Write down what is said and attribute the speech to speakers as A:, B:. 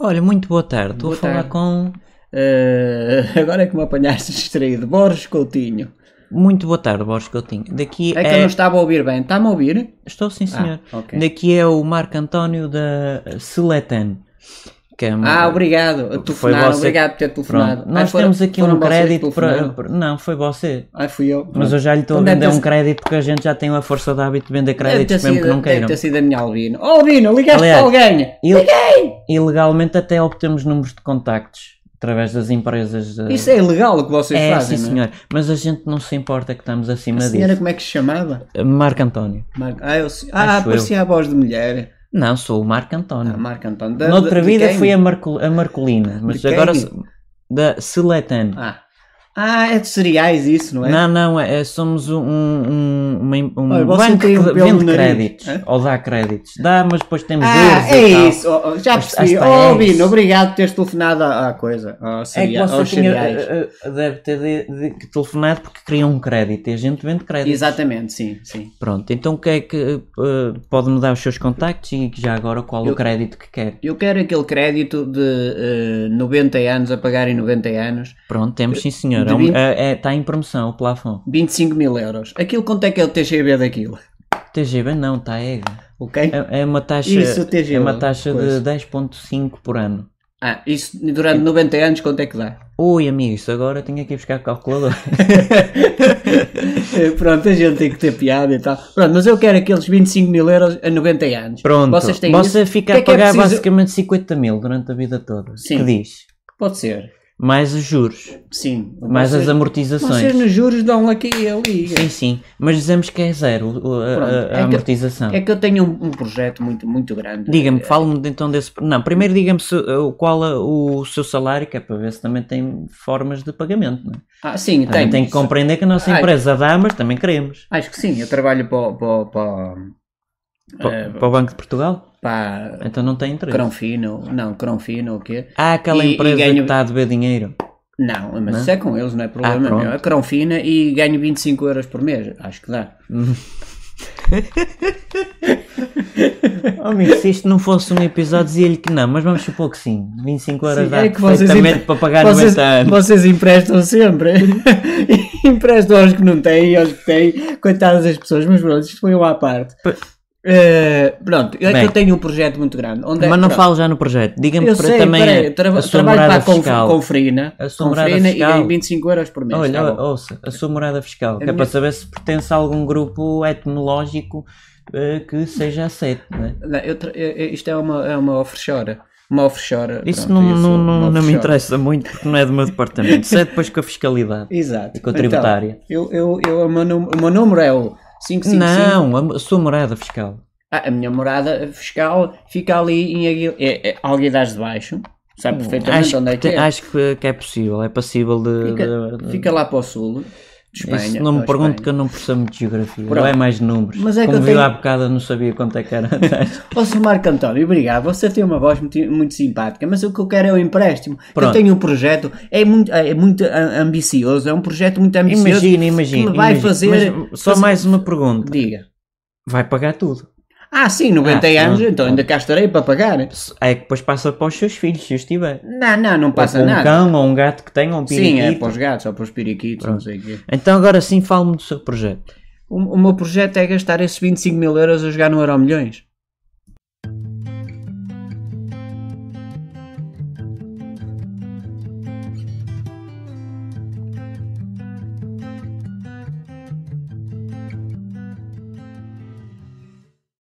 A: Olha, muito boa tarde. Estou
B: Boa
A: a falar
B: tarde.
A: com.
B: Eh, agora é que me apanhaste distraído. Borges Coutinho.
A: Muito boa tarde, Borges Coutinho. Daqui
B: É
A: é.
B: que eu não estava a ouvir bem. Está-me a ouvir?
A: Estou sim, senhor.
B: Ah, ok.
A: Daqui é o Marco António da Seletan. Que é uma-
B: Ah, obrigado. Telefonaram.
A: você-
B: Obrigado por ter
A: Pronto.
B: telefonado. Ah,
A: Nós
B: foram-
A: temos aqui
B: foram
A: um
B: vocês que
A: crédito para.
B: telefonaram?
A: para- Não, foi você.
B: Ah, fui eu.
A: Mas eu já lhe estou a
B: Então deve
A: vender
B: ter
A: um
B: sido-
A: crédito porque a gente já tem a força de hábito de vender
B: Deve ter
A: créditos, mesmo
B: sido-
A: que não
B: deve
A: queiram.
B: ter sido a minha Albino. Oh, Albino, ligaste
A: Aliás, eh,
B: para alguém.
A: Il- Ilegalmente até obtemos números de contactos através das empresas. De...
B: Isso é ilegal o que vocês
A: é,
B: fazem,
A: sim,
B: não é?
A: senhor. Mas a gente não se importa que estamos acima
B: A
A: disso.
B: senhora como é que se chamava?
A: Marco António.
B: Mar- Ah, eu... se- ah
A: Acho
B: parecia a voz de mulher.
A: Não, sou o Marco António.
B: Ah, Marco António. Da-
A: Noutra
B: de- de
A: vida
B: quem?
A: fui a, Marco, a Marcolina, mas
B: quem?
A: agora se- da Seletane.
B: Ah. Ah, é de cereais isso, não é?
A: Não, não, é, somos um, um, uma im- um
B: Olha, você
A: banco
B: tem um
A: que
B: pelo
A: vende
B: nariz,
A: créditos.
B: hã?
A: Ou dá créditos. Dá, mas depois temos
B: Ah,
A: juros
B: é
A: e tal.
B: isso. Oh, oh, já
A: Mas-
B: percebi.
A: ah, está, é
B: oh, Bino,
A: isso.
B: obrigado por teres telefonado à, à coisa. Ao
A: É que
B: cereal, aos
A: você tinha,
B: cereais.
A: eh, eh, deve ter de, de, que telefonado porque queria um crédito e a gente vende créditos.
B: Exatamente, sim, sim.
A: Pronto, então o que é que eh, pode-me dar os seus contactos e já agora qual
B: Eu-
A: o crédito que quer?
B: Eu quero aquele crédito de eh, 90 anos, a pagar em 90 anos,
A: Pronsto, temos sim senhor.
B: de
A: Está é um-
B: vinte-
A: é- é- está em promoção o plafond.
B: 25 mil euros. Aquilo quanto é que é o TGB daquilo?
A: TGB não, tá está EGA.
B: Ok?
A: É, é uma taxa,
B: Isso, o TGO,
A: é uma taxa
B: coisa.
A: de 10.5 por ano.
B: Ah, isso durante 90 anos quanto é que dá?
A: Ui, amigo, isso agora tenho aqui buscar calculador.
B: Pronto, a gente tem que ter piada e tal. Pronto, mas eu quero aqueles 25 mil euros a 90 anos.
A: Pronto,
B: Vocês têm
A: você
B: isso?
A: fica a
B: O que é que é
A: pagar
B: preciso?
A: basicamente 50 mil durante a vida toda.
B: Sim.
A: Que diz?
B: Pode ser.
A: Mais os juros,
B: Sim.
A: mais
B: Vocês-
A: as amortizações.
B: Vocês nos juros dão aqui e ali.
A: Sim, sim, mas dizemos que é zero o- a,
B: Pronto,
A: a- a
B: é que-
A: amortização.
B: É que eu tenho um, um projeto muito, muito grande.
A: Diga-me, fale-me então desse. Não, primeiro diga-me se- o- qual é o seu salário, que é para ver se também tem formas de pagamento. Não é?
B: Ah, sim,
A: Também
B: tenho.
A: tem que compreender que a nossa
B: Ai.
A: empresa dá, mas também queremos.
B: Acho que sim, eu trabalho para, para, para,
A: Pa-
B: Eh,
A: para o Banco de Portugal?
B: para
A: Então não tem interesse.
B: Cronfino, não, Cronfino, o quê?
A: Há aquela
B: E- e
A: empresa
B: ganho-
A: que está a dever dinheiro.
B: Não, mas
A: Não?
B: isso é com eles, não é problema
A: Ah, pronto.
B: meu. É Cronfina e ganho 25 euros por mês, acho que dá.
A: Oh, amigo, se isto não fosse um episódio, dizia-lhe que não, mas vamos supor que sim. 25 horas
B: Sim,
A: dá
B: é que vocês
A: perfeitamente
B: empre-
A: para pagar
B: vocês,
A: 90 anos.
B: vocês emprestam sempre. emprestam aos que não têm e aos que têm. Coitadas das pessoas, mas pronto, isto foi uma à parte.
A: P-
B: Eh, pronto, é
A: Bem.
B: que eu tenho um projeto muito grande. Onde é-
A: Mas não
B: pronto.
A: falo já no projeto. Diga-me
B: Eu
A: para
B: sei,
A: também
B: peraí,
A: a-
B: trava-
A: a sua
B: trabalho para
A: morada
B: a Conf,
A: fiscal.
B: Confrina,
A: A sua morada
B: Confrina e
A: fiscal.
B: ganho 25 euros por mês.
A: Olha,
B: tá bom.
A: ouça, a sua morada fiscal, que é
B: minha-
A: para saber se pertence a algum grupo etnológico eh, que seja aceito. Não é?
B: Não, eu tra- eu- eu- isto é uma, é uma offshore. Uma offshore.
A: Isso
B: pronto,
A: não,
B: eu sou
A: não,
B: uma
A: não, não me
B: offshore.
A: interessa muito porque não é do meu departamento. Isso é depois com a fiscalidade.
B: Exato.
A: E com a tributária.
B: Então, eu, eu, eu, o, meu num- o meu número é o 555.
A: Não, a mo- a sua morada fiscal.
B: Ah, a minha morada fiscal fica ali em Aguil... é, é, Alguidaz de Baixo. Sabe perfeitamente
A: Hum, Acho,
B: onde é
A: que,
B: que
A: te-
B: é.
A: acho que, que é possível, é passível de.
B: Fica,
A: de- de-
B: fica lá para o sul de Espanha.
A: Isso não me
B: para a
A: pergunto que
B: Espanha.
A: eu não percebo muito de geografia,
B: Pronto.
A: não é mais de números.
B: Mas é que
A: Como
B: eu
A: viu
B: tenho-
A: há bocado, eu não sabia quanto é que era.
B: Ô, Sr. Marco António, obrigado. Você tem uma voz muito, muito simpática, mas o que eu quero é o empréstimo. Eu
A: Pronto.
B: tenho um projeto, é muito, é muito a- ambicioso, é um projeto muito ambicioso.
A: imagina, imagina.
B: vai
A: imagina.
B: fazer-
A: Mas só
B: fazer-
A: mais uma pergunta:
B: Diga.
A: vai pagar tudo?
B: Ah, sim, 90
A: Ah,
B: anos,
A: pronto,
B: então ainda cá estarei para pagar.
A: É que depois passa para os seus filhos, se os tiver.
B: Não, não, não passa
A: ou para um
B: nada.
A: cão, ou um gato que tenha, ou um
B: Sim, é
A: periquito.
B: para os gatos ou para os periquitos, não sei o quê.
A: Então agora sim, fale-me do seu projeto.
B: O, o meu projeto é gastar esses 25 mil euros a jogar no Euro Milhões.